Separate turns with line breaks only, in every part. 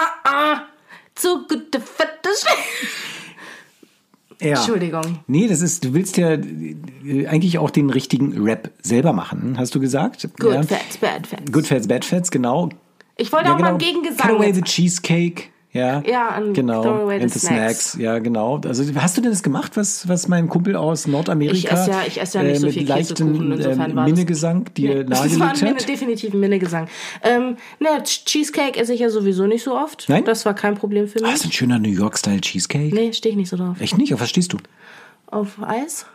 Ah, ah. Zu gute fette Sch-
Ja.
Entschuldigung.
Nee, das ist, du willst ja äh, eigentlich auch den richtigen Rap selber machen, hast du gesagt?
Good
ja.
Fats, Bad Fats.
Good Fats, Bad Fats, genau.
Ich wollte
Ja,
auch mal einen
genau.
Gegengesang.
Cut away the
jetzt-
cheesecake. Ja,
Ja, und
genau.
throw away the
and the snacks.
snacks.
Ja, genau. Also hast du denn das gemacht, was, was mein Kumpel aus Nordamerika äh,
Ich esse ja- ich esse ja nicht so
mit
viel
leichtem
Käsekuchen, insofern
ähm,
war das-
Minnegesang dir
Nee, das war
nahegelegt
ein Minne,
hat?
definitiv ein Minnegesang. Ähm, ne, Cheesecake esse ich ja sowieso nicht so oft.
Nein?
Das war kein Problem für
Ah,
mich.
ist ein schöner New York-Style Cheesecake.
Nee, stehe ich nicht so drauf.
Echt nicht? Auf was stehst du?
Auf Eis?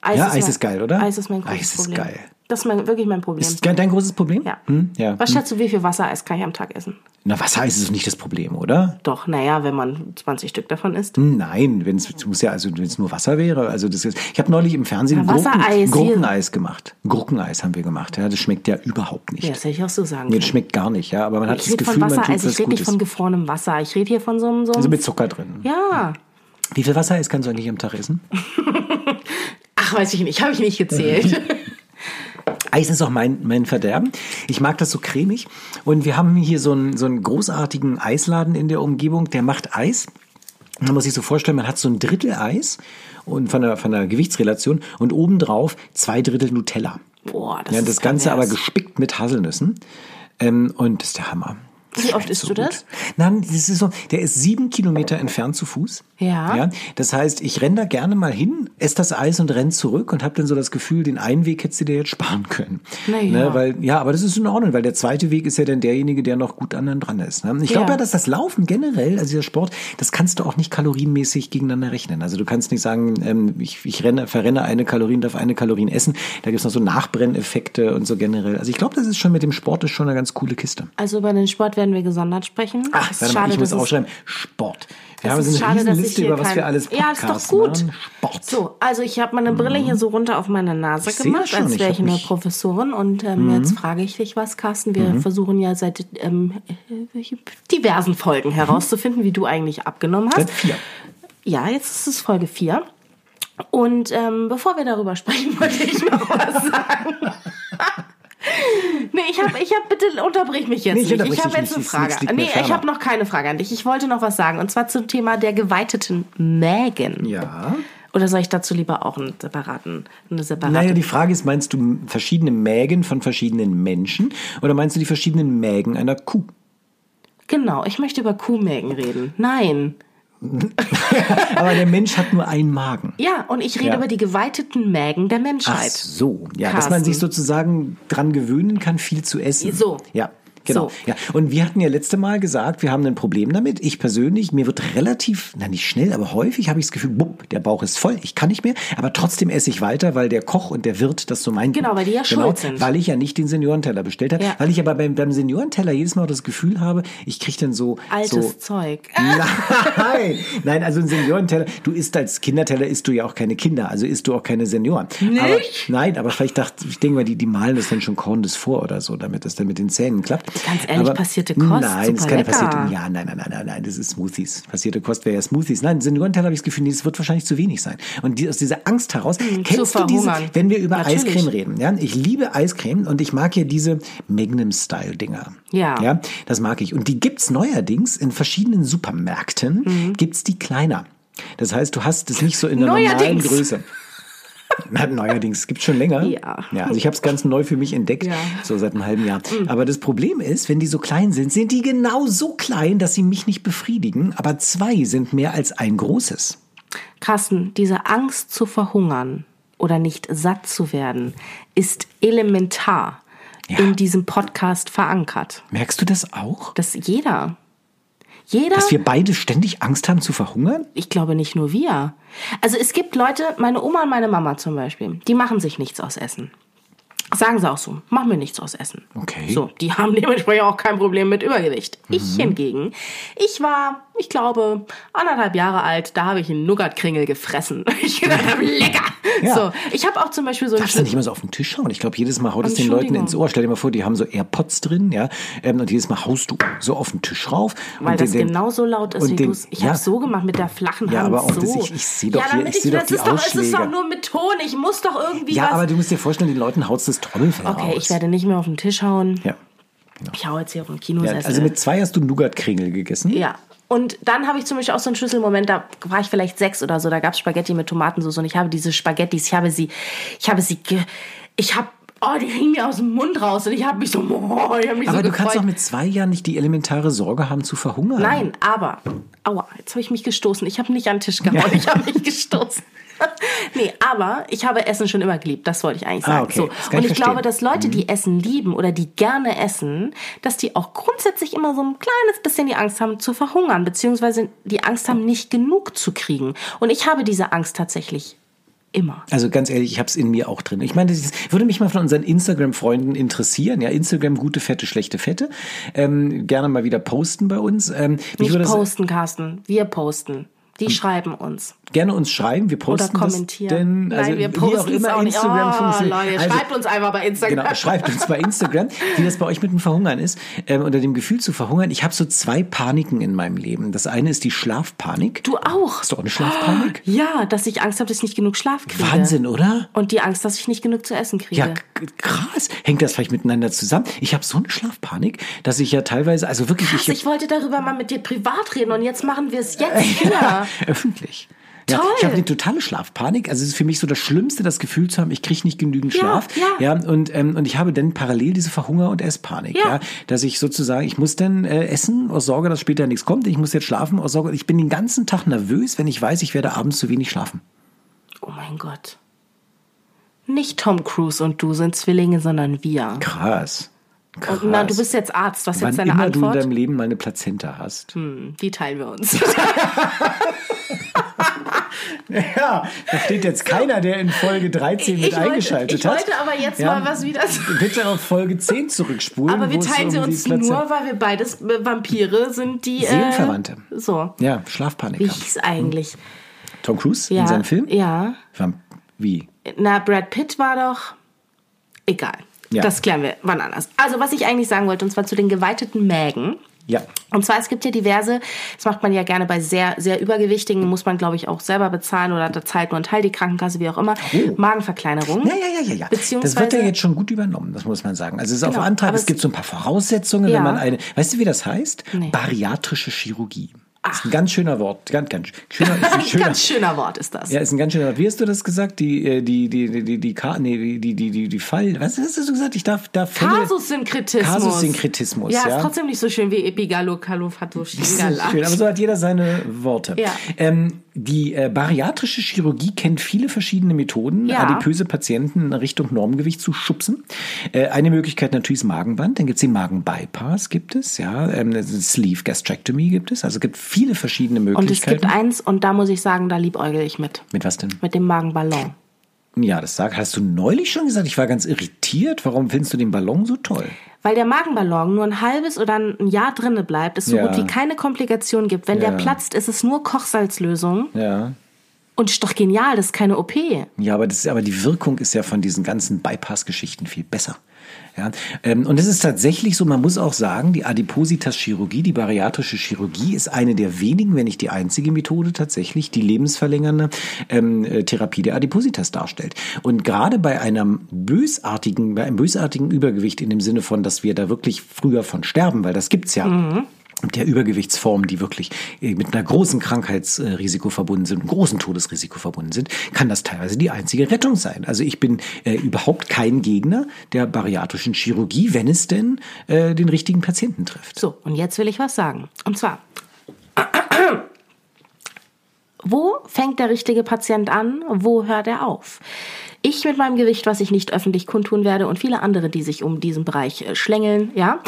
Eis
Ja, Eis
mein-
ist geil, oder?
Eis ist mein großes
Eis ist
Problem.
geil.
Das ist mein, wirklich mein Problem.
Ist dein großes Problem?
ja.
Hm? ja.
Was schätzt du, wie viel Wassereis kann ich am Tag essen?
Na, Wasser ist es nicht das Problem, oder?
Doch, naja, wenn man 20 Stück davon isst.
Hm. Nein, wenn es muss ja also wenn es nur Wasser wäre, also das ist, ich habe neulich im Fernsehen
Ja, Wassereis,
Gurken,
hier.
Gurkeneis gemacht. Gurkeneis haben wir gemacht. Ja, das schmeckt ja überhaupt nicht.
Ja, das hätte ich auch so sagen
Nee,
können.
das schmeckt gar nicht, ja, aber man hat
Ich
das
rede
Gefühl,
von
man tut
Wassereis,
was
ich rede nicht
Gutes.
von gefrorenem Wasser. Ich rede hier von so einem... So
also
einem
mit Zucker drin.
ja.
Wie viel Wassereis kannst du eigentlich am Tag essen?
Ach, weiß ich nicht, habe ich nicht gezählt.
Mhm. Eis ist auch mein, mein Verderben. Ich mag das so cremig. Und wir haben hier so einen, so einen großartigen Eisladen in der Umgebung, der macht Eis. Und Man muss sich so vorstellen, man hat so ein Drittel Eis und von der, von der Gewichtsrelation und obendrauf zwei Drittel Nutella.
Boah, das
ja,
ist
das Ganze aber
pervers.
gespickt mit Haselnüssen. Ähm, und das ist der Hammer. Das
Wie
schmeckt
oft isst
so
du
gut.
das?
Nein, das ist so, der ist sieben Kilometer entfernt zu Fuß.
Ja.
Das heißt, ich renn da gerne mal hin, esse das Eis und renn zurück und habe dann so das Gefühl, den einen Weg hättest du dir jetzt sparen können.
Na ja.
Ne, weil, ja, aber das ist in Ordnung, weil der zweite Weg ist ja dann derjenige, der noch gut an den dran ist. Ne? Ich
Ja.
glaube ja, dass das Laufen generell, also dieser Sport, das kannst du auch nicht kalorienmäßig gegeneinander rechnen. Also du kannst nicht sagen, ähm, ich, ich renne, verrenne eine Kalorien, darf eine Kalorien essen. Da gibt's noch so Nachbrenneffekte und so generell. Also ich glaube, das ist schon mit dem Sport ist schon eine ganz coole Kiste.
Also über den Sport werden wir gesondert sprechen.
Ach,
Es ist
Ah, warte mal, ich muss
dass es-
aufschreiben. Sport. Wir
es
haben
ist
so eine
schade, dass ich
Riesenliste,
hier
über was
kein-
wir alles
Ja, ist
Podcast
doch gut.
machen. Sport.
So, also ich habe meine Brille hier so runter auf meine Nase
Mhm. Ich seh das
gemacht,
schon,
als
ich
wäre ich
hab
eine
mich- Mhm.
Professorin. Und ähm, jetzt frage ich dich was, Carsten. Wir versuchen ja seit ähm, äh, diversen Folgen herauszufinden, wie du eigentlich abgenommen hast.
Seit vier.
Ja, jetzt ist es Folge 4. Und ähm, bevor wir darüber sprechen, wollte ich noch was sagen. Nee, ich habe, ich hab, bitte unterbrich mich jetzt
Nee, ich
nicht.
unterbrich
Ich habe
dich
jetzt
nicht.
eine
Es- es liegt
Frage.
mir
Nee, ich
ferner.
habe noch keine Frage an dich. Ich wollte noch was sagen. Und zwar zum Thema der geweiteten Mägen.
Ja.
Oder soll ich dazu lieber auch einen separaten, eine separate?
Naja, die Frage ist, meinst du verschiedene Mägen von verschiedenen Menschen oder meinst du die verschiedenen Mägen einer Kuh?
genau, ich möchte über Kuhmägen reden. Nein.
Aber der Mensch hat nur einen Magen.
Ja, und ich rede
Ja.
über die geweiteten Mägen der
Ach
Menschheit.
so, ja, dass man
Carsten.
sich sozusagen dran gewöhnen kann, viel zu essen.
So.
Ja.
So.
Genau. Ja. Und wir hatten ja letzte Mal gesagt, wir haben ein Problem damit. Ich persönlich, mir wird relativ, na nicht schnell, aber häufig habe ich das Gefühl, bupp, der Bauch ist voll, ich kann nicht mehr, aber trotzdem esse ich weiter, weil der Koch und der Wirt das so meinten.
Genau, weil die ja
genau,
schuld sind.
Weil ich ja nicht den Seniorenteller bestellt habe,
Ja.
weil ich aber beim, beim Seniorenteller jedes Mal auch das Gefühl habe, ich kriege dann so
Altes
so,
Zeug.
Nein, nein, also ein Seniorenteller. Du isst als Kinderteller isst du ja auch keine Kinder, also isst du auch keine Senioren. Nicht? Aber, nein, aber vielleicht dachte ich denke mal, die, die malen das dann schon korndes vor oder so, damit das dann mit den Zähnen klappt.
Ganz ehrlich,
aber,
passierte Kost,
Nein, das ist
super
keine
lecker.
passierte. Ja, nein, nein, nein, nein, nein, das ist Smoothies. Passierte Kost wäre ja Smoothies. Nein, Seniorenteller habe ich das Gefühl, nee, das wird wahrscheinlich zu wenig sein. Und die, aus dieser Angst heraus, kennst
zu
du diese,
verhungern.
wenn wir über
Hm, Natürlich.
Eiscreme reden, ja? Ich liebe Eiscreme und ich mag ja diese Magnum-Style-Dinger.
Ja.
ja. Das mag ich. Und die gibt's neuerdings in verschiedenen Supermärkten,
Mhm.
gibt's die kleiner. Das heißt, du hast es nicht so in der normalen
Neuerdings.
Größe. Na, neuerdings, es gibt schon länger.
Ja.
ja also ich habe es ganz neu für mich entdeckt,
Ja. Mhm.
so seit einem halben Jahr. Aber das Problem ist, wenn die so klein sind, sind die genau so klein, dass sie mich nicht befriedigen. Aber zwei sind mehr als ein großes.
Carsten, diese Angst zu verhungern oder nicht satt zu werden, ist elementar
Ja.
in diesem Podcast verankert.
Merkst du das auch?
Dass jeder, jeder,
Dass wir beide ständig Angst haben zu verhungern?
ich glaube nicht nur wir. Also es gibt Leute, meine Oma und meine Mama zum Beispiel, die machen sich nichts aus Essen. Sagen sie auch so, machen wir nichts aus Essen.
Okay. Mhm.
So, die haben dementsprechend auch kein Problem mit Übergewicht. Ich hingegen, ich war, ich glaube, anderthalb Jahre alt, da habe ich einen Nougat-Kringel gefressen. Ich gedacht habe, lecker!
Ja.
So, ich habe auch zum Beispiel so einen
Darfst du nicht mal so auf den Tisch schauen? Ich glaube, jedes Mal haut es den Leuten
Äh, Entschuldigung.
ins Ohr. Stell dir mal vor, die haben so AirPods drin, ja, ähm, und jedes Mal haust du so auf den Tisch rauf.
Weil
und
das
den- den-
genauso laut ist,
und
wie
den-
du es. Ich
ja,
habe so gemacht mit der flachen Hand.
Ja, aber auch
so.
das- ich- ich seh doch
ja,
hier-
damit
ich seh doch
das
die
ist doch, es ist
Ausschläge.
doch nur mit Ton. Ich muss doch irgendwie
Ja,
was.
aber du musst dir vorstellen, den Leuten haut das Trommelfell aus.
okay, ich werde nicht mehr auf den Tisch hauen.
Ja.
Ich hau jetzt hier auf den
ja
Kinosessel.
also mit zwei hast du Nougat-Kringel gegessen.
Ja. Und dann habe ich zum Beispiel auch so einen Schlüsselmoment, da war ich vielleicht sechs oder so, da gab es Spaghetti mit Tomatensauce und ich habe diese Spaghettis, ich habe sie, ich habe sie, ge ich habe, oh, die hingen mir aus dem Mund raus und ich habe mich so, oh, ich habe mich
Aber
so
du
gefreut.
kannst doch mit zwei Jahren nicht die elementare Sorge haben zu verhungern.
Nein, aber, aua, jetzt habe ich mich gestoßen. Ich habe nicht an den Tisch gehauen, ich habe mich gestoßen. nee, aber ich habe Essen schon immer geliebt, das wollte ich eigentlich sagen.
Ah, okay.
so.
Das
Und
kann
ich
ich
glaube,
verstehen. Mhm.
dass Leute, die Essen lieben oder die gerne essen, dass die auch grundsätzlich immer so ein kleines bisschen die Angst haben zu verhungern, beziehungsweise die Angst haben, nicht genug zu kriegen. Und ich habe diese Angst tatsächlich immer.
Also ganz ehrlich, ich habe es in mir auch drin. Ich meine, das ist- würde mich mal von unseren Instagram-Freunden interessieren. Ja, Instagram, gute Fette, schlechte Fette. Ähm, gerne mal wieder posten bei uns. Ähm, mich
Nicht
würde das
posten, Carsten, wir posten. Die schreiben uns.
gerne uns schreiben. Wir posten
oder
Das
kommentieren.
denn, also
Nein, wir
wie
posten
auch immer
es auch nicht.
Instagram
oh,
funktioniert.
Leute,
Also-
schreibt uns einfach bei Instagram.
Genau, schreibt uns bei Instagram, wie das bei euch mit dem Verhungern ist, ähm, unter dem Gefühl zu verhungern. Ich habe so zwei Paniken in meinem Leben. Das eine ist die Schlafpanik.
Du auch. Oh,
Hast du auch eine Schlafpanik?
Ja, dass ich Angst habe, dass ich nicht genug Schlaf kriege.
Wahnsinn, oder?
Und die Angst, dass ich nicht genug zu essen kriege. Also
Ja, k- krass. Hängt das vielleicht miteinander zusammen? Ich habe so eine Schlafpanik, dass ich ja teilweise, also wirklich,
Krass, ich wollte darüber mal mit dir privat reden und jetzt machen wir es jetzt hier.
öffentlich. Ja,
Toll.
ich habe eine totale Schlafpanik. Also es ist für mich so das Schlimmste, das Gefühl zu haben, ich kriege nicht genügend
Ja,
Schlaf.
ja.
und, ähm, und ich habe dann parallel diese Verhunger- und Esspanik.
Ja.
Ja. dass ich sozusagen, ich muss dann äh, essen aus Sorge, dass später nichts kommt. Ich muss jetzt schlafen aus Sorge. Ich bin den ganzen Tag nervös, wenn ich weiß, ich werde abends zu wenig schlafen.
Oh mein Gott. Nicht Tom Cruise und du sind Zwillinge, sondern wir.
Krass. Krass.
Und, na, du bist jetzt Arzt. Was ist
Wann
jetzt deine
immer du in
Antwort?
deinem Leben mal eine Plazenta hast.
Hm, die teilen wir uns.
Ja, da steht jetzt keiner, der in Folge 13 mit eingeschaltet
wollte,
hat.
Ich wollte aber jetzt
Ja.
mal was wieder. so-
Bitte auf Folge 10 zurückspulen.
Aber wir
wo es
teilen sie
um die
uns
Plazenta-
nur, weil wir beides äh, Vampire sind, die. äh,
Seelenverwandte.
So.
Ja, Schlafpanik.
Wie
haben.
hieß eigentlich?
Tom Cruise
Ja,
in seinem Film?
Ja.
Vamp- Wie?
Na, Brad Pitt war doch. Egal.
Ja.
Das klären wir wann anders. Also, was ich eigentlich sagen wollte, und zwar zu den geweiteten Mägen.
Ja.
Und zwar, es gibt ja diverse, das macht man ja gerne bei sehr, sehr Übergewichtigen, muss man, glaube ich, auch selber bezahlen oder da zahlt nur ein Teil die Krankenkasse, wie auch immer.
Oh.
Magenverkleinerung.
Ja, ja, ja, ja, ja. Das wird
Beziehungsweise-
ja jetzt schon gut übernommen, das muss man sagen. Also es ist
Genau,
auf Antrag,
aber
es
es-
gibt so ein paar Voraussetzungen,
Ja.
wenn man eine, weißt du, wie das heißt?
Nee.
Bariatrische Chirurgie. Das ist ein ganz schöner Wort, ganz, ganz schöner, ist ein
Ein
schöner,
ganz schöner Wort ist das.
ja, ist ein ganz schöner, wie hast du das gesagt? Die, äh, die, die, die, die, die, Ka- nee, die, die, die, die, die Fall, was hast du gesagt? Ich darf, darf Fälle-
Kasussynkretismus.
Kasussynkretismus,
Ja,
ja.
ist trotzdem nicht so schön wie
Das ist schön, aber
Epigalokalofatoschingala.
so hat jeder seine Worte.
Ja.
Ähm, die äh, bariatrische Chirurgie kennt viele verschiedene Methoden,
Ja.
adipöse Patienten in Richtung Normgewicht zu schubsen. Äh, eine Möglichkeit natürlich ist Magenband, dann gibt es den Magenbypass, gibt es, ja, ähm, Sleeve Gastrectomy gibt es, also es gibt viele verschiedene
Und es
Möglichkeiten.
gibt eins, und da muss ich sagen, da liebäugel ich mit.
Mit was denn?
Mit dem Magenballon.
Ja, das sag, hast du neulich schon gesagt, ich war ganz irritiert. Warum findest du den Ballon so toll?
Weil der Magenballon nur ein halbes oder ein Jahr drinne bleibt, es so
Ja.
gut wie keine Komplikation gibt. Wenn der
Ja.
platzt, ist es nur Kochsalzlösung.
Ja.
Und ist doch genial, das ist keine OP.
Ja, aber, das, aber die Wirkung ist ja von diesen ganzen Bypass-Geschichten viel besser. Ja, ähm, und es ist tatsächlich so, man muss auch sagen, die Adipositas-Chirurgie, die bariatrische Chirurgie ist eine der wenigen, wenn nicht die einzige Methode tatsächlich, die lebensverlängernde ähm, äh, Therapie der Adipositas darstellt. Und gerade bei einem bösartigen, bei einem bösartigen Übergewicht in dem Sinne von, dass wir da wirklich früher von sterben, weil das gibt's ja mit der Übergewichtsform, die wirklich äh, mit einer großen Krankheitsrisiko verbunden sind, einem großen Todesrisiko verbunden sind, kann das teilweise die einzige Rettung sein. Also ich bin äh, überhaupt kein Gegner der bariatrischen Chirurgie, wenn es denn äh, den richtigen Patienten trifft.
So, und jetzt will ich was sagen. Und zwar, wo fängt der richtige Patient an, wo hört er auf? Ich mit meinem Gewicht, was ich nicht öffentlich kundtun werde und viele andere, die sich um diesen Bereich äh, schlängeln, ja,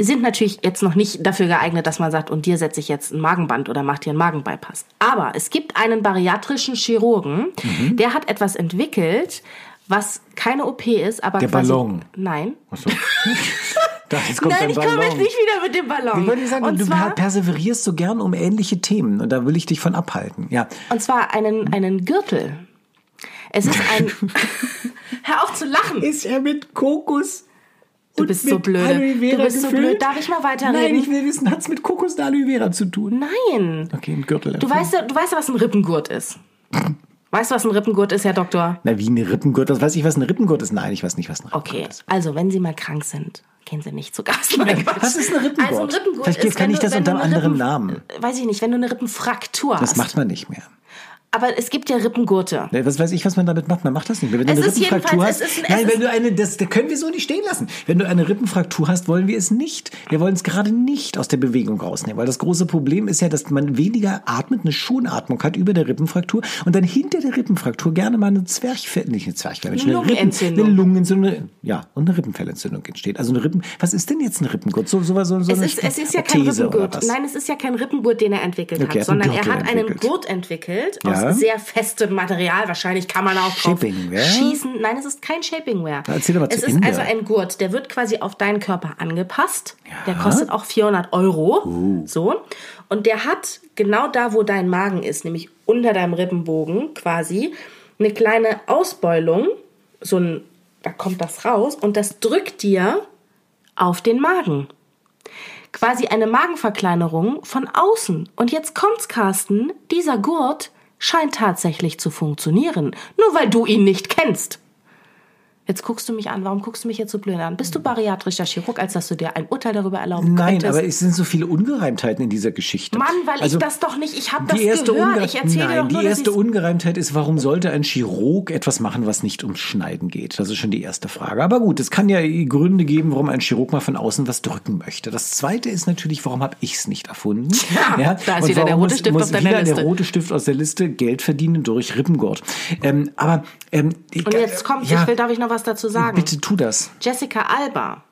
sind natürlich jetzt noch nicht dafür geeignet, dass man sagt, und dir setze ich jetzt ein Magenband oder mach dir einen
Mhm.
Magenbypass. Aber es gibt einen bariatrischen Chirurgen, der hat etwas entwickelt, was keine OP ist, aber
Der
quasi-
Ballon.
Nein.
Achso. Da, jetzt kommt
Nein,
ein
ich komme jetzt
Ballon.
nicht wieder mit dem Ballon.
Ich wollte sagen,
und
du
zwar,
perseverierst so gern um ähnliche Themen und da will ich dich von abhalten. Ja,
und zwar einen, einen Gürtel. Es ist ein. Hör auf zu lachen.
ist er mit Kokos.
Du
und
bist
mit
so blöde.
Aloe Vera
Du bist so
gefüllt?
blöd. Darf ich mal weiterreden?
Nein, ich will wissen, hat es mit Kokos und Aloe Vera zu tun?
Nein.
Okay, ein Gürtel.
Du weißt, ja- du weißt ja, was ein Rippengurt ist. Weißt du, was ein Rippengurt ist, Herr Doktor?
Na, wie ein Rippengurt. Was weiß ich, was ein Rippengurt ist? Nein, ich weiß nicht, was ein Rippengurt
Okay,
ist.
also wenn Sie mal krank sind, gehen Sie nicht zu Gast. Mein Quatsch.
Was ist ein Rippengurt?
Also ein Rippengurt
Vielleicht
ist,
kann
wenn
ich
du-
das
wenn du
unter
eine
anderem
Rippen-
Namen.
Weiß ich nicht, wenn du eine Rippenfraktur hast.
Das macht man nicht mehr.
Aber es gibt ja Rippengurte.
Ne, Was weiß ich, was man damit macht? Man macht das nicht mehr. Wenn du
Es
eine
ist
Rippenfraktur
jedenfalls-
hast.
es ist ein- es
nein,
ist-
wenn du eine, das, das können wir so nicht stehen lassen. Wenn du eine Rippenfraktur hast, wollen wir es nicht. Wir wollen es gerade nicht aus der Bewegung rausnehmen, weil das große Problem ist ja, dass man weniger atmet, eine Schonatmung hat über der Rippenfraktur und dann hinter der Rippenfraktur gerne mal eine Zwerchfell, nicht eine Zwerchfell, eine, Rippen,
Lungenentzündung.
eine Lungenentzündung, ja, und eine Rippenfellentzündung entsteht. Also eine Rippen, was ist denn jetzt ein Rippengurt? So, so, so, so
Es
eine
ist, es ist ja kein
Orthese oder
Rippengurt.
was?
Nein, es ist ja kein Rippengurt, den er entwickelt
Okay, er
hat,
hat einen
sondern er
Gürtel
hat einen
entwickelt.
Gurt entwickelt
Ja.
aus sehr festem Material. Wahrscheinlich kann man auch drauf
Shapingware?
schießen. Nein, es ist kein Shapingware.
Na, erzähl doch mal
es
zu
ist
Ende.
also ein Gurt, der wird quasi auf deinen Körper angepasst. Der
Ja. Uh.
kostet auch 400 Euro. So. Und der hat genau da, wo dein Magen ist, nämlich unter deinem Rippenbogen quasi, eine kleine Ausbeulung. So ein, da kommt das raus und das drückt dir auf den Magen. Quasi eine Magenverkleinerung von außen. Und jetzt kommt's, Carsten, dieser Gurt scheint tatsächlich zu funktionieren, nur weil du ihn nicht kennst. Jetzt guckst du mich an. Warum guckst du mich jetzt so blöd an? Bist du bariatrischer Chirurg, als dass du dir ein Urteil darüber erlauben
Nein,
könntest?
aber es sind so viele Ungereimtheiten in dieser Geschichte.
Mann, weil
Also-
ich das doch nicht. Ich habe das
Die erste,
gehört.
Unge-
Ich erzähle dir
Nein,
doch nur,
die erste
dass ich's-
Ungereimtheit ist, warum sollte ein Chirurg etwas machen, was nicht ums Schneiden geht? Das ist schon die erste Frage. Aber gut, es kann ja Gründe geben, warum ein Chirurg mal von außen was drücken möchte. Das zweite ist natürlich, warum habe ich es nicht erfunden?
da ist wieder der
warum
rote
muss-
Stift
muss
auf deiner
wieder
Liste.
der rote Stift aus der Liste Geld verdienen durch Rippengurt. Ähm, aber ähm,
Und jetzt kommt,
ja,
ich will, darf ich noch was dazu sagen?
bitte tu das.
Jessica Alba.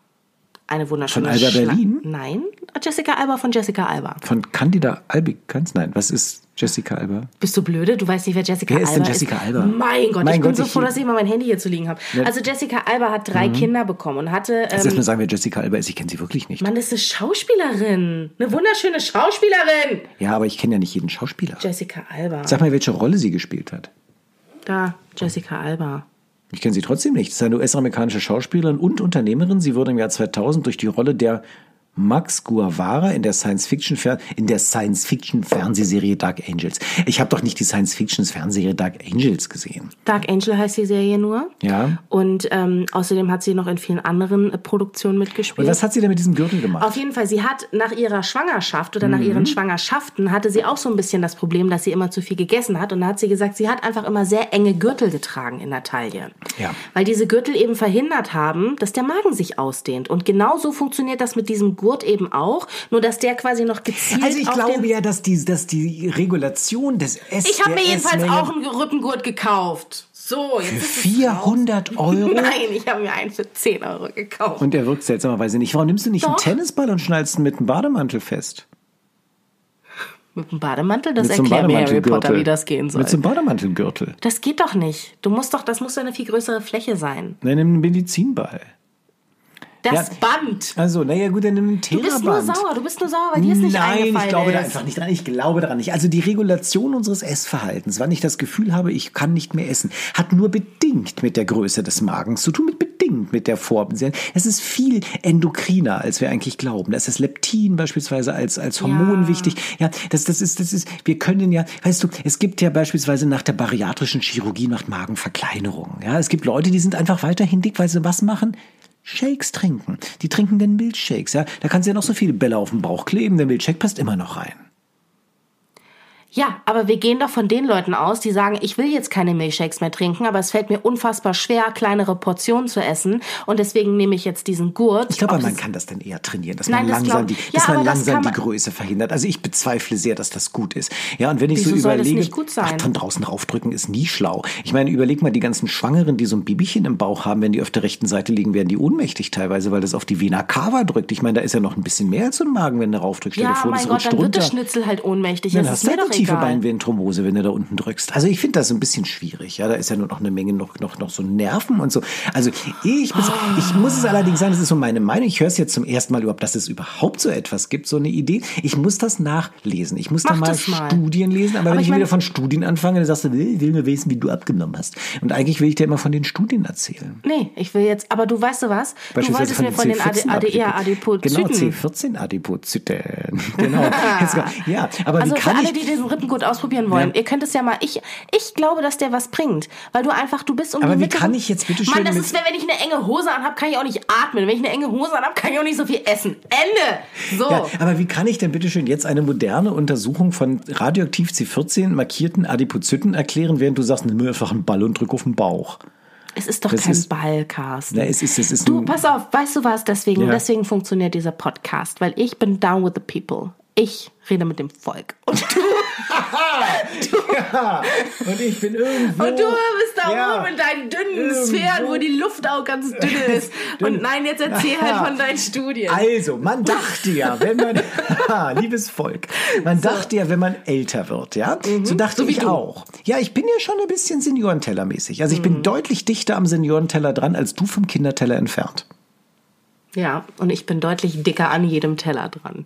Eine wunderschöne
Von Alba
Schla-
Berlin?
Nein, Jessica Alba von Jessica Alba.
Von Candida Albicans? Nein, was ist Jessica Alba?
Bist du blöde? Du weißt nicht, wer Jessica
Wer
Alba
ist denn Jessica Alba?
Mein Gott,
Mein
ich bin
Gott,
so
ich-
froh, dass ich mal mein Handy hier zu liegen habe.
Ja. Mhm.
Also Jessica Alba hat drei Kinder bekommen und hatte...
Jetzt erst
Ähm,
mal sagen, wer Jessica Alba ist. Ich kenne sie wirklich nicht.
Mann, das ist eine Schauspielerin. Eine wunderschöne Schauspielerin.
Ja, aber ich kenne ja nicht jeden Schauspieler.
Jessica Alba.
Sag mal, welche Rolle sie gespielt hat.
Da, Jessica Alba.
Ich kenne sie trotzdem nicht. Sie ist eine US-amerikanische Schauspielerin und Unternehmerin. Sie wurde im Jahr 2000 durch die Rolle der Max Guavara in der Science-Fiction-Fer- in der Science-Fiction-Fernsehserie Dark Angels. Ich habe doch nicht die Science-Fiction-Fernsehserie Dark Angels gesehen.
Dark Angel heißt die Serie nur.
Ja.
Und ähm, außerdem hat sie noch in vielen anderen äh, Produktionen mitgespielt.
Und was hat sie denn mit diesem Gürtel gemacht?
Auf jeden Fall, sie hat nach ihrer Schwangerschaft oder nach
Mhm.
ihren Schwangerschaften hatte sie auch so ein bisschen das Problem, dass sie immer zu viel gegessen hat. Und da hat sie gesagt, sie hat einfach immer sehr enge Gürtel getragen in der Taille.
Ja.
Weil diese Gürtel eben verhindert haben, dass der Magen sich ausdehnt. Und genau so funktioniert das mit diesem Gurt eben auch, nur dass der quasi noch gezielt
Also ich
auf den
glaube ja, dass die, dass die Regulation des Ess
ich habe
der
mir jedenfalls
Essmengen
auch einen Rückengurt gekauft. So, jetzt ist es genau-
400 Euro
Nein, ich habe mir einen für 10 Euro gekauft.
und er wirkt seltsamerweise nicht. Warum nimmst du nicht einen
Doch.
Tennisball und schnallst ihn mit einem Bademantel fest?
mit dem Bademantel? Das
Mit so einem
erklärt mir Harry Potter,
Bademantelgürtel.
wie das gehen soll.
Mit so einem Bademantelgürtel.
Das geht doch nicht. Du musst doch, das muss doch eine viel größere Fläche sein.
Nein, nimm einen Medizinball.
Das
Ja.
Band.
Also, naja, gut, dann nimm einen
Du
Theraband.
bist nur sauer, du bist nur sauer, weil dir es nicht
Nein,
eingefallen
ich glaube da
ist.
einfach nicht dran. Ich glaube daran nicht. Also die Regulation unseres Essverhaltens, wann ich das Gefühl habe, ich kann nicht mehr essen, hat nur bedingt mit der Größe des Magens zu tun, mit bedingt mit der Form. Es ist viel endokriner, als wir eigentlich glauben. Da ist das Leptin beispielsweise als, als Hormon
Ja.
wichtig. Ja, das, das ist, das ist, wir können ja, weißt du, es gibt ja beispielsweise nach der bariatrischen Chirurgie nach Magenverkleinerungen. Ja, es gibt Leute, die sind einfach weiterhin dick, weil sie was machen? Shakes trinken. Die trinken dann Milchshakes, ja. Da kannst du ja noch so viele Bälle auf den Bauch kleben, der Milchshake passt immer noch rein.
Ja, aber wir gehen doch von den Leuten aus, die sagen, ich will jetzt keine Milchshakes mehr trinken, aber es fällt mir unfassbar schwer, kleinere Portionen zu essen und deswegen nehme ich jetzt diesen Gurt.
Ich glaube,
Ob
aber man
es-
kann das dann eher trainieren, dass
Nein,
man
das
langsam,
glaub-
die,
Ja,
dass man
aber das
langsam
kann man-
die Größe verhindert. Also ich bezweifle sehr, dass das gut ist. Ja, und wenn ich
Wieso
so
soll das
überlege,
nicht gut sein?
Ach, von draußen raufdrücken ist nie schlau. Ich meine, überleg mal, die ganzen Schwangeren, die so ein Bibichen im Bauch haben, wenn die auf der rechten Seite liegen, werden die ohnmächtig teilweise, weil das auf die Vena cava drückt. Ich meine, da ist ja noch ein bisschen mehr als so ein Magen, wenn du raufdrückst. Stell dir
Ja,
vor,
mein
das
Gott,
rutscht
dann wird
runter.
das Schnitzel halt ohnmächtig.
Dann
das
hast
ist
du
mir
halt
doch
tiefe
egal.
Beinvenenthrombose, wenn du da unten drückst. Also ich finde das ein bisschen schwierig. Ja, da ist ja nur noch eine Menge noch noch noch so Nerven und so. Also ich muss, ich muss es allerdings sagen, das ist so meine Meinung. Ich höre es jetzt zum ersten Mal überhaupt, dass es überhaupt so etwas gibt, so eine Idee. Ich muss das nachlesen. Ich muss da
Mach
mal,
das mal.
Studien lesen. Aber,
Aber
wenn
ich
ich,
meine-
wieder von Studien anfange, dann sagst du, ich will nur wissen, wie du abgenommen hast. Und eigentlich will ich dir immer von den Studien erzählen.
Nee, ich will jetzt, aber du weißt du was? Du
Beispielsweise
wolltest mir von den E AD,
C14
ADR Adipozyten.
Genau, C14 Adipozyten. Genau. Jetzt- ja, aber
also
wie
für
kann
alle,
ich...
die diesen Rippenkurt ausprobieren wollen,
Ja.
ihr könnt es ja mal. Ich, ich glaube, dass der was bringt, weil du einfach, du bist um
Aber
die
wie
Mitte.
kann ich jetzt bitte schön
Mann, das
mit-
ist, wenn wenn ich eine enge Hose anhab, kann ich auch nicht atmen. Wenn ich eine enge Hose anhab, kann ich auch nicht so viel essen. Ende. So.
Ja, aber wie kann ich denn bitte schön jetzt eine moderne Untersuchung von radioaktiv C14 markierten Adipozyten erklären, während du sagst, nimm mir einfach einen Ball und drück auf den Bauch?
Es ist doch
Das
kein
ist-
Ball, Carsten.
Na, es ist- es ist
du,
ein-
pass auf, weißt du was? Deswegen,
Ja.
deswegen funktioniert dieser Podcast, weil ich bin down with the people. Ich rede mit dem Volk. Und du,
Und ich bin irgendwo...
und du bist da oben mit deinen dünnen
Ähm,
Sphären, wo die Luft auch ganz dünn ist. Und nein, jetzt erzähl halt von deinen Studien.
Also, man dachte ja, wenn man, ha, liebes Volk, man dachte ja, wenn man älter wird, ja, so
Mhm.
dachte
So wie
ich
du.
auch. Ja, ich bin ja schon ein bisschen Seniorentellermäßig. Also ich
Mhm.
bin deutlich dichter am Seniorenteller dran, als du vom Kinderteller entfernt.
Ja, und ich bin deutlich dicker an jedem Teller dran.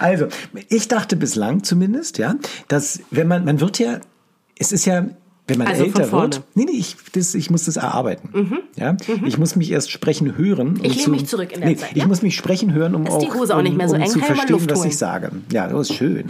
also, ich dachte bislang zumindest, ja, dass wenn man, man wird ja, es ist ja, wenn man
Also von
älter wird,
vorne. Mhm.
nee, nee, ich, das, ich muss das erarbeiten. Ja? Ich muss mich erst sprechen hören. Um
Ich lehne mich zurück in der Zeit,
Ich
ja?
muss mich sprechen hören, um
Ist
auch,
die Hose auch
um,
nicht mehr so
um
eng?
zu
Kann ich mal
verstehen,
Luft
was
holen?
ich sage. Ja, das ist schön.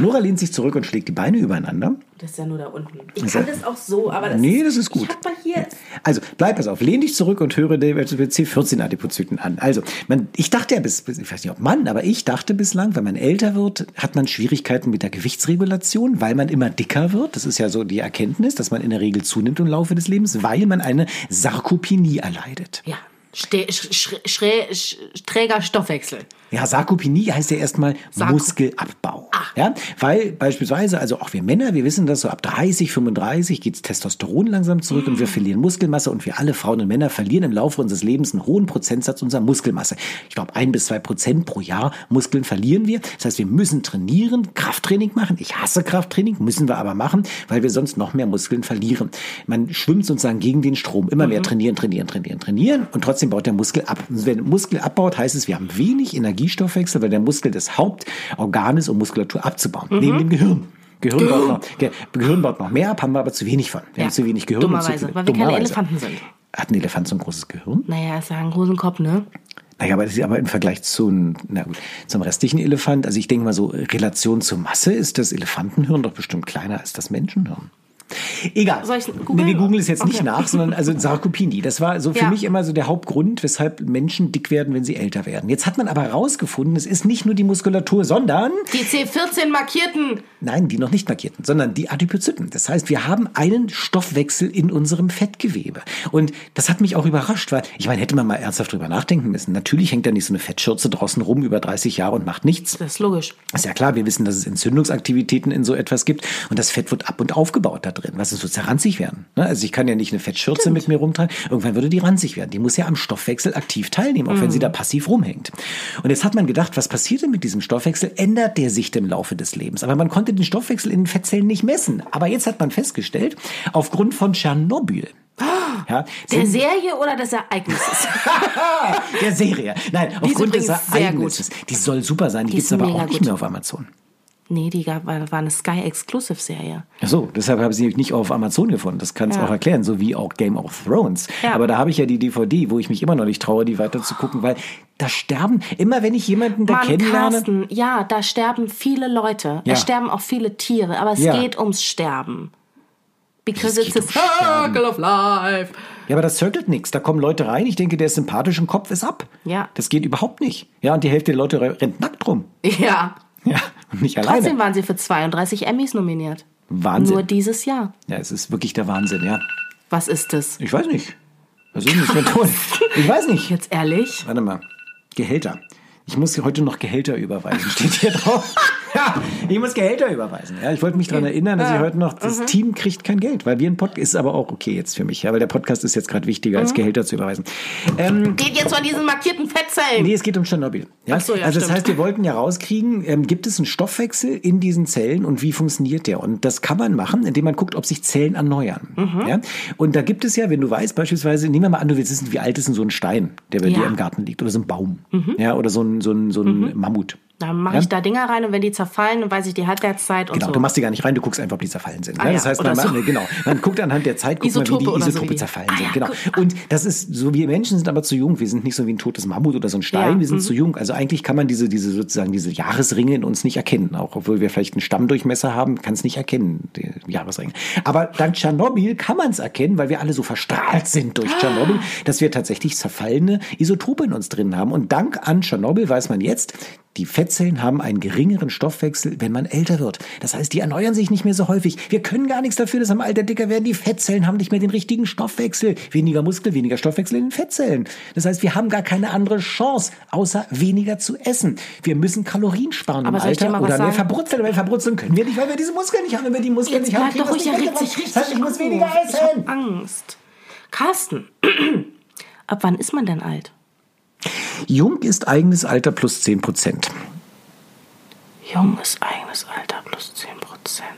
Nora lehnt sich zurück und schlägt die Beine übereinander.
Das ist ja nur da unten. Ich
Ist
kann
ja-
das auch so, aber das
Nee, das ist gut.
Ich hab mal hier.
Also, bleib pass auf, lehn dich zurück und höre die C14-Adipozyten an. Also, man, ich dachte ja bis, bis- ich weiß nicht, ob man, aber ich dachte bislang, wenn man älter wird, hat man Schwierigkeiten mit der Gewichtsregulation, weil man immer dicker wird. Das ist ja so die Erkenntnis, dass man in der Regel zunimmt im Laufe des Lebens, weil man eine Sarkopenie erleidet.
Ja. Ste sch sch schrä- sch träger Stoffwechsel.
Ja, Sarkopenie heißt ja erstmal
Sarko-
Muskelabbau. Ja, weil beispielsweise, also auch wir Männer, wir wissen das so ab 30, 35 geht's Testosteron langsam zurück und wir verlieren Muskelmasse und wir alle Frauen und Männer verlieren im Laufe unseres Lebens einen hohen Prozentsatz unserer Muskelmasse. Ich glaube, ein bis zwei Prozent pro Jahr Muskeln verlieren wir. Das heißt, wir müssen trainieren, Krafttraining machen. Ich hasse Krafttraining, müssen wir aber machen, weil wir sonst noch mehr Muskeln verlieren. Man schwimmt sozusagen gegen den Strom. Immer
Mhm.
mehr trainieren, trainieren, trainieren, trainieren und trotzdem baut der Muskel ab. Und wenn der Muskel abbaut, heißt es, wir haben wenig Energiestoffwechsel, weil der Muskel das Hauptorgan ist, um Muskulatur abzubauen,
Mhm.
neben dem Gehirn. Gehirn, Baut noch, Ge Gehirn baut noch mehr ab, haben wir aber zu wenig von.
Ja.
Wir haben zu wenig Gehirn. und
Dummerweise,
zu viel-
weil wir keine
dummerweise.
Elefanten sind.
Hat ein Elefant so ein großes Gehirn?
Naja, ist ja ein Rosenkopf, ne?
Naja, aber das ist aber im Vergleich zu, na gut, zum restlichen Elefant, also ich denke mal so, Relation zur Masse ist das Elefantenhirn doch bestimmt kleiner als das Menschenhirn. Egal.
Soll ich's googeln?
nee, wir googeln es jetzt nicht
Okay.
nach, sondern also Sarkopenie. Das war so für
Ja.
mich immer so der Hauptgrund, weshalb Menschen dick werden, wenn sie älter werden. Jetzt hat man aber herausgefunden, es ist nicht nur die Muskulatur, sondern
Die C14 markierten.
Nein, die noch nicht markierten, sondern die Adipozyten. Das heißt, wir haben einen Stoffwechsel in unserem Fettgewebe. Und das hat mich auch überrascht, weil ich meine, hätte man mal ernsthaft drüber nachdenken müssen. Natürlich hängt da nicht so eine Fettschürze draußen rum über 30 Jahre und macht nichts.
Das ist logisch.
Ist ja klar, wir wissen, dass es Entzündungsaktivitäten in so etwas gibt und das Fett wird ab und aufgebaut da drin. Was ist so zerranzig werden? Ne? Also ich kann ja nicht eine Fettschürze mit mir rumtragen. Irgendwann würde die ranzig werden. Die muss ja am Stoffwechsel aktiv teilnehmen, auch wenn
Mhm.
sie da passiv rumhängt. Und jetzt hat man gedacht, was passiert denn mit diesem Stoffwechsel? Ändert der sich im Laufe des Lebens? Aber man konnte den Stoffwechsel in den Fettzellen nicht messen. Aber jetzt hat man festgestellt, aufgrund von Tschernobyl. Ja,
Der Serie oder des Ereignisses?
der Serie. Nein, aufgrund
übrigens
des
sehr gut.
Ereignisses. Die soll super sein. Die,
Die
gibt's
ist
aber
mega
auch nicht
gut.
mehr auf Amazon.
nee, die gab, war, war eine Sky-Exclusive-Serie.
Ach so, deshalb habe ich sie nämlich nicht auf Amazon gefunden. Das kann es
Ja.
auch erklären, so wie auch Game of Thrones.
Ja.
Aber da habe ich ja die DVD, wo ich mich immer noch nicht traue, die weiter zu gucken, weil da sterben immer, wenn ich jemanden da
Mann,
kennenlerne.
Carsten, ja, da sterben viele Leute.
Ja.
Es sterben auch viele Tiere, aber es
Ja.
geht ums Sterben. Because
Es
it's
geht
a
ums Sterben.
circle of life.
Ja, aber das zirkelt nichts. Da kommen Leute rein. Ich denke, der ist sympathisch und Kopf ist ab.
Ja.
Das geht überhaupt nicht. Ja, und die Hälfte der Leute re- rennt nackt rum.
Ja.
Ja, und nicht alleine.
Trotzdem waren sie für 32 Emmys nominiert.
Wahnsinn.
Nur dieses Jahr.
Ja, es ist wirklich der Wahnsinn, ja.
Was ist das?
Ich weiß nicht. Das ist nicht mehr toll. Ich weiß nicht.
Jetzt ehrlich?
Warte mal. Gehälter. Ich muss hier heute noch Gehälter überweisen. Steht hier drauf. Ja, ich muss Gehälter überweisen. Ja, ich wollte mich daran erinnern, dass ich heute noch, das Team kriegt kein Geld, weil wir ein Podcast, ist aber auch okay jetzt für mich, ja, weil der Podcast ist jetzt gerade wichtiger, als Gehälter zu überweisen. Ähm,
Geht jetzt von diesen markierten Fettzellen.
Nee, es geht um Tschernobyl. Ja?
Ach so, ja,
also das
stimmt.
heißt, wir wollten ja rauskriegen, ähm, gibt es einen Stoffwechsel in diesen Zellen und wie funktioniert der? Und das kann man machen, indem man guckt, ob sich Zellen erneuern.
Mhm.
Ja? Und da gibt es ja, wenn du weißt, beispielsweise, nehmen wir mal an, du willst wissen, wie alt ist denn so ein Stein, der bei
Ja. Mhm.
dir im Garten liegt oder so ein Baum ja? oder so ein, so ein, so ein Mammut.
Dann mache ich da Dinger rein und wenn die zerfallen, dann weiß ich die Halbwertszeit und
Genau,
so.
du machst die gar nicht rein, du guckst einfach, ob die zerfallen sind.
Ah
ja,
ja,
das heißt,
oder
man,
so.
nee, genau, man guckt anhand der Zeit, guckt
Isotope
mal, wie
oder
die
so,
Isotope
wie die-
zerfallen
Ah
sind.
ja,
genau.
gut.
Und das ist so, wir Menschen sind aber zu jung. Wir sind nicht so wie ein totes Mammut oder so ein Stein.
Ja, mhm.
Wir sind zu jung. Also eigentlich kann man diese, diese sozusagen diese Jahresringe in uns nicht erkennen. Auch obwohl wir vielleicht einen Stammdurchmesser haben, kann es nicht erkennen, die Jahresringe. Aber dank Tschernobyl kann man es erkennen, weil wir alle so verstrahlt sind durch Tschernobyl, dass wir tatsächlich zerfallene Isotope in uns drin haben. Und dank an Tschernobyl weiß man jetzt, die Fettzellen haben einen geringeren Stoffwechsel, wenn man älter wird. Das heißt, die erneuern sich nicht mehr so häufig. Wir können gar nichts dafür, dass am Alter dicker werden. Die Fettzellen haben nicht mehr den richtigen Stoffwechsel. Weniger Muskel, weniger Stoffwechsel in den Fettzellen. Das heißt, wir haben gar keine andere Chance, außer weniger zu essen. Wir müssen Kalorien sparen
Aber
im
soll ich dir
Alter
mal was
oder mehr
sagen?
verbrutzeln. Weil verbrutzeln können wir nicht, weil wir diese Muskeln nicht haben. Wenn wir die Muskeln
Jetzt
nicht haben,
bleib
kriegen
doch
wir es
ruhig,
nicht
er regt
weggebracht.
sich richtig
Das heißt, ich muss
auf.
weniger
Ich
essen.
hab Angst. Carsten, ab wann ist man denn alt?
Jung ist eigenes Alter plus 10 Prozent.
Junges eigenes Alter plus 10 Prozent.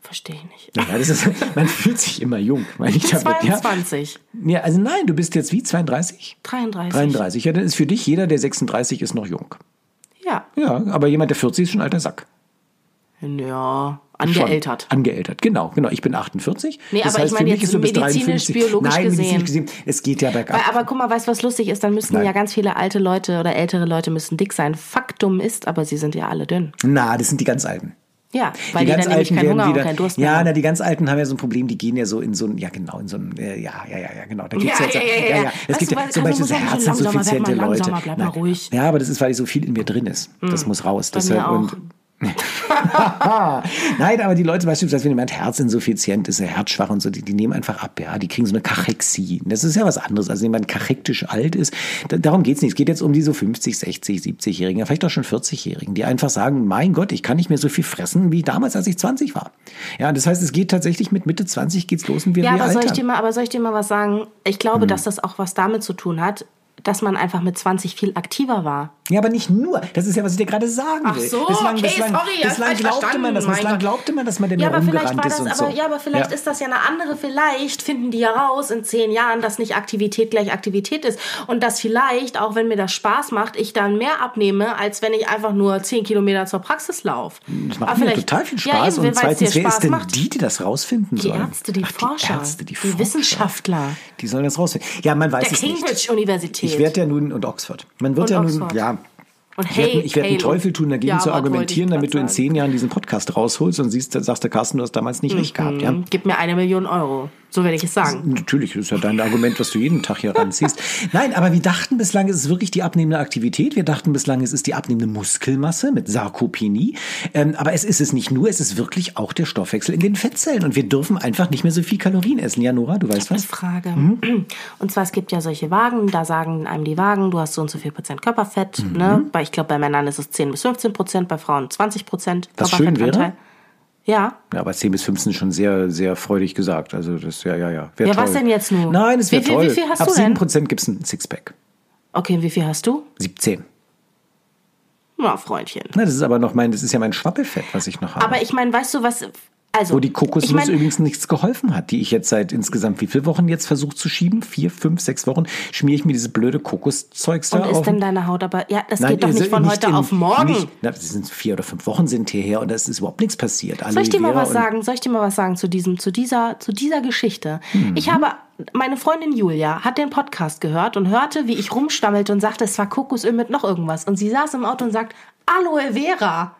Verstehe ich nicht.
Ja, das ist, man fühlt sich immer jung, meine ich damit. Ja.
22,
Ja, also nein, du bist jetzt wie 32?
33.
33. Ja, dann ist für dich jeder, der 36 ist, noch jung.
Ja.
Ja, aber jemand, der 40 ist, schon alter Sack.
Ja,
Schon.
angeältert.
Angeältert, genau, genau. Ich bin 48.
Nee, aber ich meine jetzt medizinisch, biologisch
Nein, medizinisch
gesehen.
gesehen. Es geht ja bergab.
Weil, Äh, aber guck mal, weißt du, was lustig ist? Dann müssen
Nein.
ja ganz viele alte Leute oder ältere Leute müssen dick sein. Faktum ist, aber sie sind ja alle dünn.
Na, das sind die ganz Alten.
Ja, weil die,
ganz
dann nämlich keinen
werden
Hunger
wieder-
und keinen Durst mehr
Ja,
haben.
na, die ganz Alten haben ja so ein Problem, die gehen ja so in so ein, ja genau, in so ein, äh, ja, ja, ja, ja, genau. Da gibt's
Ja,
ja, jetzt,
ja, ja, ja.
Es
Weißt
gibt
du,
ja
weil- also
zum Beispiel
muss
so
man schon langsamer werden,
herzinsuffiziente
mal
Leute.
langsamer, bleib mal
Nein.
ruhig. Hm.
Ja, aber das ist, weil so viel in mir drin ist. Das muss raus.
Bei mir
Deshalb,
auch.
und, Nein, aber die Leute beispielsweise, wenn jemand herzinsuffizient ist, herzschwach und so, die, die nehmen einfach ab, ja. Die kriegen so eine Kachexie. Das ist ja was anderes. Also wenn jemand kachektisch alt ist, da, darum geht's nicht. Es geht jetzt um die so 50, 60, 70-Jährigen, ja, vielleicht auch schon 40-Jährigen, die einfach sagen, mein Gott, ich kann nicht mehr so viel fressen wie damals, als ich 20 war. Ja, das heißt, es geht tatsächlich mit Mitte 20 geht's los und wir,
Ja,
wir
aber soll, ich
altern.
dir mal, aber soll ich dir mal was sagen? Ich
Hm.
glaube, dass das auch was damit zu tun hat, dass man einfach mit 20 viel aktiver war.
Ja, aber nicht nur. Das ist ja, was ich dir gerade sagen
Ach
will.
so,
bislang,
okay,
bislang,
sorry, ja,
bislang
falsch
glaubte
verstanden,
man das.
mein
Bislang
Gott.
glaubte man, dass man dem
Ja,
ja,
aber vielleicht
rumgerannt
war das,
ist und so.
aber, ja, aber vielleicht
Ja.
ist das ja eine andere. Vielleicht finden die ja raus in zehn Jahren, dass nicht Aktivität gleich Aktivität ist. Und dass vielleicht, auch wenn mir das Spaß macht, ich dann mehr abnehme, als wenn ich einfach nur zehn Kilometer zur Praxis laufe.
Das macht mir total viel Spaß. und zweitens, wer ist denn die, die das rausfinden
Die
sollen?
Ärzte, die
Ach,
Forscher,
die, Ärzte, die,
die
Forscher.
Wissenschaftler.
Die sollen das rausfinden. Ja, man weiß
Der
es nicht.
Cambridge-Universität.
Ich werde ja nun, und Oxford. Man wird
Und
ja nun,
Oxford.
ja.
Und
Ich werde
hey,
ich werd einen
hey,
Teufel tun, dagegen
ja,
zu
was wollte ich
argumentieren, damit du
grad
in
sagen?
zehn Jahren diesen Podcast rausholst und siehst, sagst du, Carsten, du hast damals
Mhm.
nicht recht gehabt. Ja?
Gib mir eine Million Euro. So werde ich es sagen.
Natürlich, das ist ja dein Argument, was du jeden Tag hier ranziehst. Nein, aber wir dachten bislang, es ist wirklich die abnehmende Aktivität. Wir dachten bislang, es ist die abnehmende Muskelmasse mit Sarkopenie. Ähm, aber es ist es nicht nur, es ist wirklich auch der Stoffwechsel in den Fettzellen. Und wir dürfen einfach nicht mehr so viel Kalorien essen. Ja, Nora, du weißt was?
Frage.
Mhm.
Und zwar, es gibt ja solche Wagen, da sagen einem die Wagen, du hast so und so viel Prozent Körperfett.
Mhm.
Ne? Weil ich glaube, bei Männern ist es 10 bis 15 Prozent, bei Frauen 20 Prozent
Was schön wäre.
Körperfettanteil. Ja.
Ja, aber 10 bis 15 ist schon sehr, sehr freudig gesagt. Also das, ja, ja, ja. Wär
Ja, was
toll.
denn jetzt nun?
Nein, es wäre
Wie viel-
toll.
wie viel hast
Ab
du denn?
7% gibt es ein Sixpack.
Okay, wie viel hast du?
17.
Na, Freundchen.
Na, das ist aber noch mein, das ist ja mein Schwappelfett, was ich noch habe.
Aber ich meine, weißt du, was. Also,
Wo die Kokosnuss
ich mein,
übrigens nichts geholfen hat, die ich jetzt seit insgesamt wie viele Wochen jetzt versucht zu schieben? Vier, fünf, sechs Wochen schmiere ich mir dieses blöde Kokoszeugs da
Und ist
auf.
denn deine Haut aber. Ja, das
Nein,
geht doch
also
nicht von heute
in-
auf morgen.
Nicht, na, das sind vier oder fünf Wochen sind hierher und da ist überhaupt nichts passiert. Aloe
Soll ich dir mal
Vera
was
und-
sagen? Soll ich dir mal was sagen zu diesem, zu dieser, zu dieser Geschichte? Ich
Mhm.
habe meine Freundin Julia hat den Podcast gehört und hörte, wie ich rumstammelte und sagte, es war Kokosöl mit noch irgendwas. Und sie saß im Auto und sagt, Aloe Vera.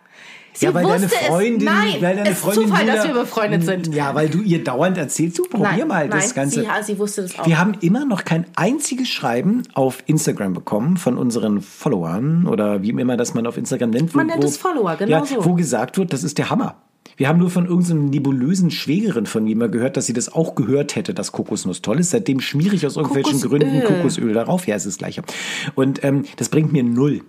Sie
Ja, weil
wusste
deine Freundin,
es. Nein,
weil deine
es ist
Freundin
Zufall, dass
Julia- Hm,
wir befreundet sind.
Ja, weil du ihr dauernd erzählst, du
nein,
probier mal das
nein,
Ganze.
Sie, ja, sie wusste das auch.
Wir haben immer noch kein einziges Schreiben auf Instagram bekommen von unseren Followern oder wie immer das man auf Instagram nennt.
Man nennt es Follower, genau
ja,
so.
Wo gesagt wird, das ist der Hammer. Wir haben nur von irgendeinem nebulösen Schwägerin von mir mal gehört, dass sie das auch gehört hätte, dass Kokosnuss toll ist. Seitdem schmiere ich aus irgendwelchen
Kokosöl.
Gründen Kokosöl darauf. Ja, es ist das Gleiche. Und ähm, das bringt mir null.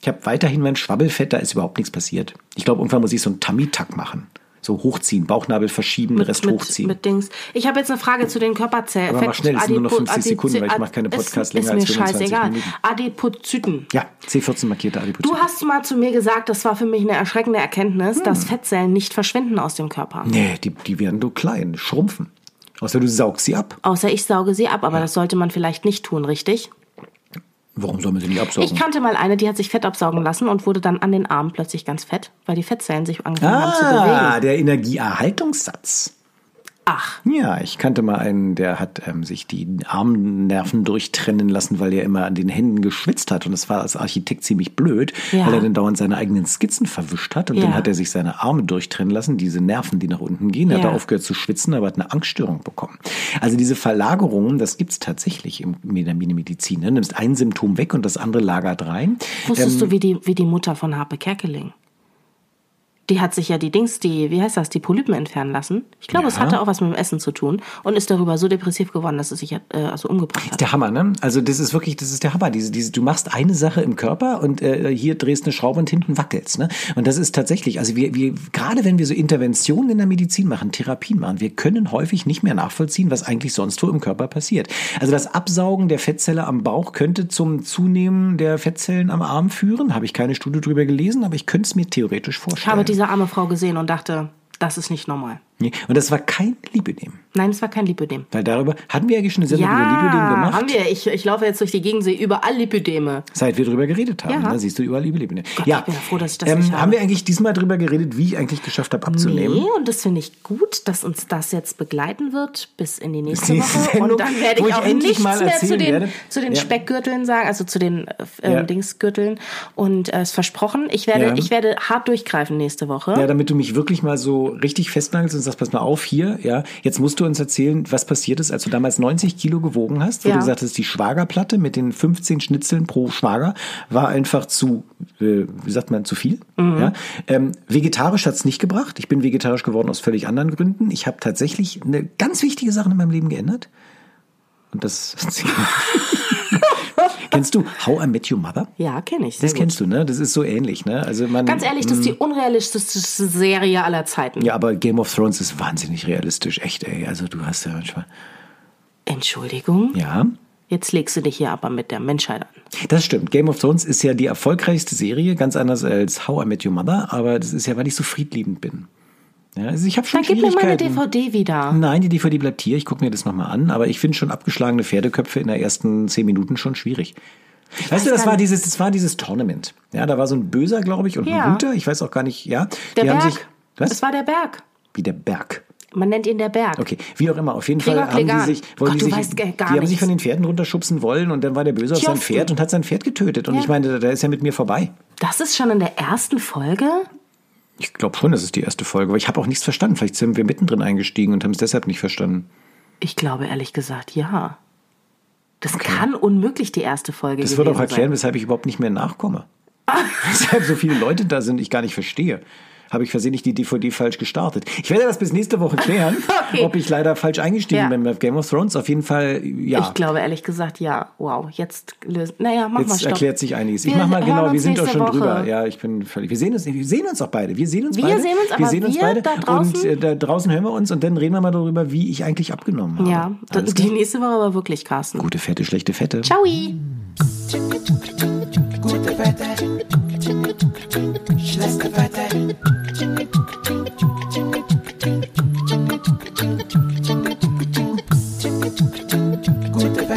Ich habe weiterhin mein Schwabbelfett, da ist überhaupt nichts passiert. Ich glaube, irgendwann muss ich so einen Tummy-Tuck machen. So hochziehen, Bauchnabel verschieben, den Rest
mit,
hochziehen.
Mit Dings. Ich habe jetzt eine Frage zu den Körperzellen.
Aber mach schnell, es sind nur noch 50 Sekunden, weil ich mach keine
Podcasts
Podcasts länger als 25
scheißegal.
Minuten.
Adipozyten.
ja, C14 markierte Adipozyten.
Du hast mal zu mir gesagt, das war für mich eine erschreckende Erkenntnis, dass
Hm.
Fettzellen nicht verschwinden aus dem Körper.
nee, die, die werden so klein, schrumpfen. Außer du saugst sie ab.
Außer ich sauge sie ab, aber das sollte man vielleicht nicht tun, richtig?
Warum soll man sie nicht absaugen?
Ich kannte mal eine, die hat sich Fett absaugen lassen und wurde dann an den Armen plötzlich ganz fett, weil die Fettzellen sich angefangen haben zu
ah,
bewegen.
der Energieerhaltungssatz.
Ach,
Ja, ich kannte mal einen, der hat ähm, sich die Armnerven durchtrennen lassen, weil er immer an den Händen geschwitzt hat. Und das war als Architekt ziemlich blöd,
Ja.
weil er dann dauernd seine eigenen Skizzen verwischt hat. Und
Ja.
dann hat er sich seine Arme durchtrennen lassen, diese Nerven, die nach unten gehen. Hat
Ja.
er aufgehört zu schwitzen, aber hat eine Angststörung bekommen. Also diese Verlagerungen, das gibt's tatsächlich im- in der Medizin. Ne? Nimmst ein Symptom weg und das andere lagert rein.
wusstest
Ähm.
du, wie die, wie die Mutter von Harpe Kerkeling? Die hat sich ja die Dings, die, wie heißt das, die Polypen entfernen lassen. Ich glaube, es
Ja.
hatte auch was mit dem Essen zu tun und ist darüber so depressiv geworden, dass sie sich äh, also umgebracht hat.
Der Hammer, ne? Also das ist wirklich, das ist der Hammer. Diese, diese, du machst eine Sache im Körper und äh, hier drehst eine Schraube und hinten wackelst, ne? Und das ist tatsächlich, also wir, wir, gerade wenn wir so Interventionen in der Medizin machen, Therapien machen, wir können häufig nicht mehr nachvollziehen, was eigentlich sonst wo im Körper passiert. Also das Absaugen der Fettzelle am Bauch könnte zum Zunehmen der Fettzellen am Arm führen. Habe ich keine Studie drüber gelesen, aber ich könnte es mir theoretisch
Ich habe
vorstellen.
diese arme Frau gesehen und dachte, das ist nicht normal.
Nee, und das war kein Lipödem.
Nein, es war kein Lipödem.
Weil darüber hatten wir eigentlich schon eine Sendung über Lipödem gemacht.
haben wir. Ich, ich laufe jetzt durch die Gegend, sehe überall Lipödeme.
Seit wir drüber geredet haben,
Ja.
ne, siehst du überall Überlebende.
ich bin ja froh, dass ich das nicht habe.
Haben wir eigentlich diesmal drüber geredet, wie ich eigentlich geschafft habe abzunehmen?
Nee, und das finde ich gut, dass uns das jetzt begleiten wird bis in die nächste
Die
Woche.
Sendung,
und dann werde
wo
ich
ich
auch
endlich
nichts
mal
mehr zu
erzählen
den,
werde.
zu den
Ja.
Speckgürteln sagen, also zu den äh, ähm,
Ja.
Dingsgürteln. Und äh, es versprochen, ich werde,
Ja.
ich werde hart durchgreifen nächste Woche.
Ja, damit du mich wirklich mal so richtig festnagelst und sagst, pass mal auf hier, ja, jetzt musst du uns erzählen, was passiert ist, als du damals 90 Kilo gewogen hast, wo
Ja.
du gesagt hast, die Schwagerplatte mit den 15 Schnitzeln pro Schwager war einfach zu, äh, wie sagt man, zu viel.
Mhm.
Ja? Ähm, vegetarisch hat's nicht gebracht. Ich bin vegetarisch geworden aus völlig anderen Gründen. Ich habe tatsächlich eine ganz wichtige Sache in meinem Leben geändert. Und das Kennst du How I Met Your Mother?
Ja, kenne ich. Sehr
Das
gut.
kennst du, ne? Das ist so ähnlich, ne? Also man,
Ganz ehrlich, das ist die unrealistischste Serie aller Zeiten.
ja, aber Game of Thrones ist wahnsinnig realistisch, echt, ey. Also du hast ja manchmal.
Entschuldigung,
Ja.
jetzt legst du dich hier aber mit der Menschheit an.
Das stimmt. Game of Thrones ist ja die erfolgreichste Serie, ganz anders als How I Met Your Mother, aber das ist ja, weil ich so friedliebend bin. Ja, also ich habe schon
Dann gib mir meine
Schwierigkeiten.
DVD wieder.
Nein, die DVD bleibt hier. Ich gucke mir das nochmal an. Aber ich finde schon abgeschlagene Pferdeköpfe in der ersten zehn Minuten schon schwierig. Weißt du, das
gar
war dieses, das war dieses Tournament. Ja, da war so ein Böser, glaube ich, und
Ja.
ein Guter. Ich weiß auch gar nicht. Ja,
Der
die
Berg.
haben sich,
Es
was?
war der Berg.
Wie der Berg.
Man nennt ihn der Berg.
Okay, wie auch immer. Auf jeden
Gregor
Fall haben
Clegan.
die sich, wollen
Gott,
die
du
sich,
weißt äh, gar
die haben
nichts.
sich von den Pferden runterschubsen wollen und dann war der Böse auf sein
Tjoftel.
Pferd und hat sein Pferd getötet. Und
Ja.
ich meine, der ist ja mit mir vorbei.
Das ist schon in der ersten Folge?
Ich glaube schon, das ist die erste Folge, aber ich habe auch nichts verstanden. Vielleicht sind wir mittendrin eingestiegen und haben es deshalb nicht verstanden.
Ich glaube ehrlich gesagt, ja. Das kann unmöglich die erste Folge
Das
gewesen
würde auch erklären,
sein. Ah.
weshalb ich überhaupt nicht mehr nachkomme. weshalb so viele Leute da sind, ich gar nicht verstehe. Habe ich versehentlich die DVD falsch gestartet. Ich werde das bis nächste Woche klären,
Okay.
ob ich leider falsch eingestiegen
Ja.
bin bei Game of Thrones. Auf jeden Fall, ja.
Ich glaube ehrlich gesagt, ja. Wow, jetzt lösen. Naja, mach mal
Jetzt
Stopp.
erklärt sich einiges. Ich
Wir
mach mal
hören
genau, wir
uns
sind doch
nächste
schon
Woche.
drüber. Ja, ich bin völlig. Wir sehen uns, wir sehen uns auch beide. Wir sehen uns
Wir
beide.
sehen uns, aber wir da draußen-
und äh, da draußen hören wir uns und dann reden wir mal darüber, wie ich eigentlich abgenommen habe.
Ja, das-
Alles
die
klar.
nächste Woche aber wirklich, Carsten.
Gute Fette, schlechte Fette.
Ciao.
Gute Wette, schlechte Wette. Gute